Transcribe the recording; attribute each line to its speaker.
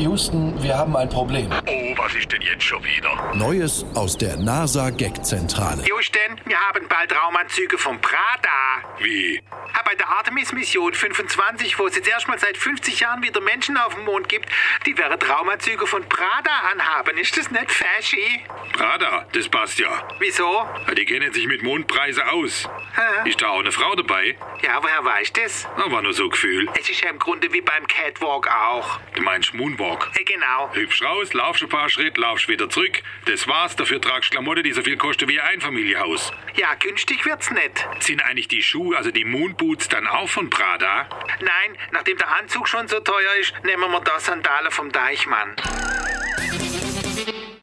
Speaker 1: Houston, wir haben ein Problem.
Speaker 2: Oh, was ist denn jetzt schon wieder?
Speaker 3: Neues aus der NASA-Gag-Zentrale.
Speaker 4: Houston, wir haben bald Raumanzüge von Prada.
Speaker 2: Wie?
Speaker 4: Hab bei der Artemis-Mission 25, wo es jetzt erstmal seit 50 Jahren wieder Menschen auf dem Mond gibt, die während Raumanzüge von Prada anhaben. Ist das nicht fashy?
Speaker 2: Prada, das passt ja.
Speaker 4: Wieso?
Speaker 2: Die kennen sich mit Mondpreisen aus. Ist da auch eine Frau dabei?
Speaker 4: Ja, woher weißt du das?
Speaker 2: Na, war nur so ein Gefühl.
Speaker 4: Es ist ja im Grunde wie beim Catwalk auch.
Speaker 2: Du meinst Moonwalk.
Speaker 4: Äh, genau.
Speaker 2: Hübsch raus, laufst ein paar Schritte, laufst wieder zurück. Das war's, dafür tragst Klamotten, die so viel kosten wie ein Familienhaus.
Speaker 4: Ja, günstig wird's nicht.
Speaker 2: Sind eigentlich die Schuhe, also die Moonboots, dann auch von Prada?
Speaker 4: Nein, nachdem der Anzug schon so teuer ist, nehmen wir da Sandalen vom Deichmann.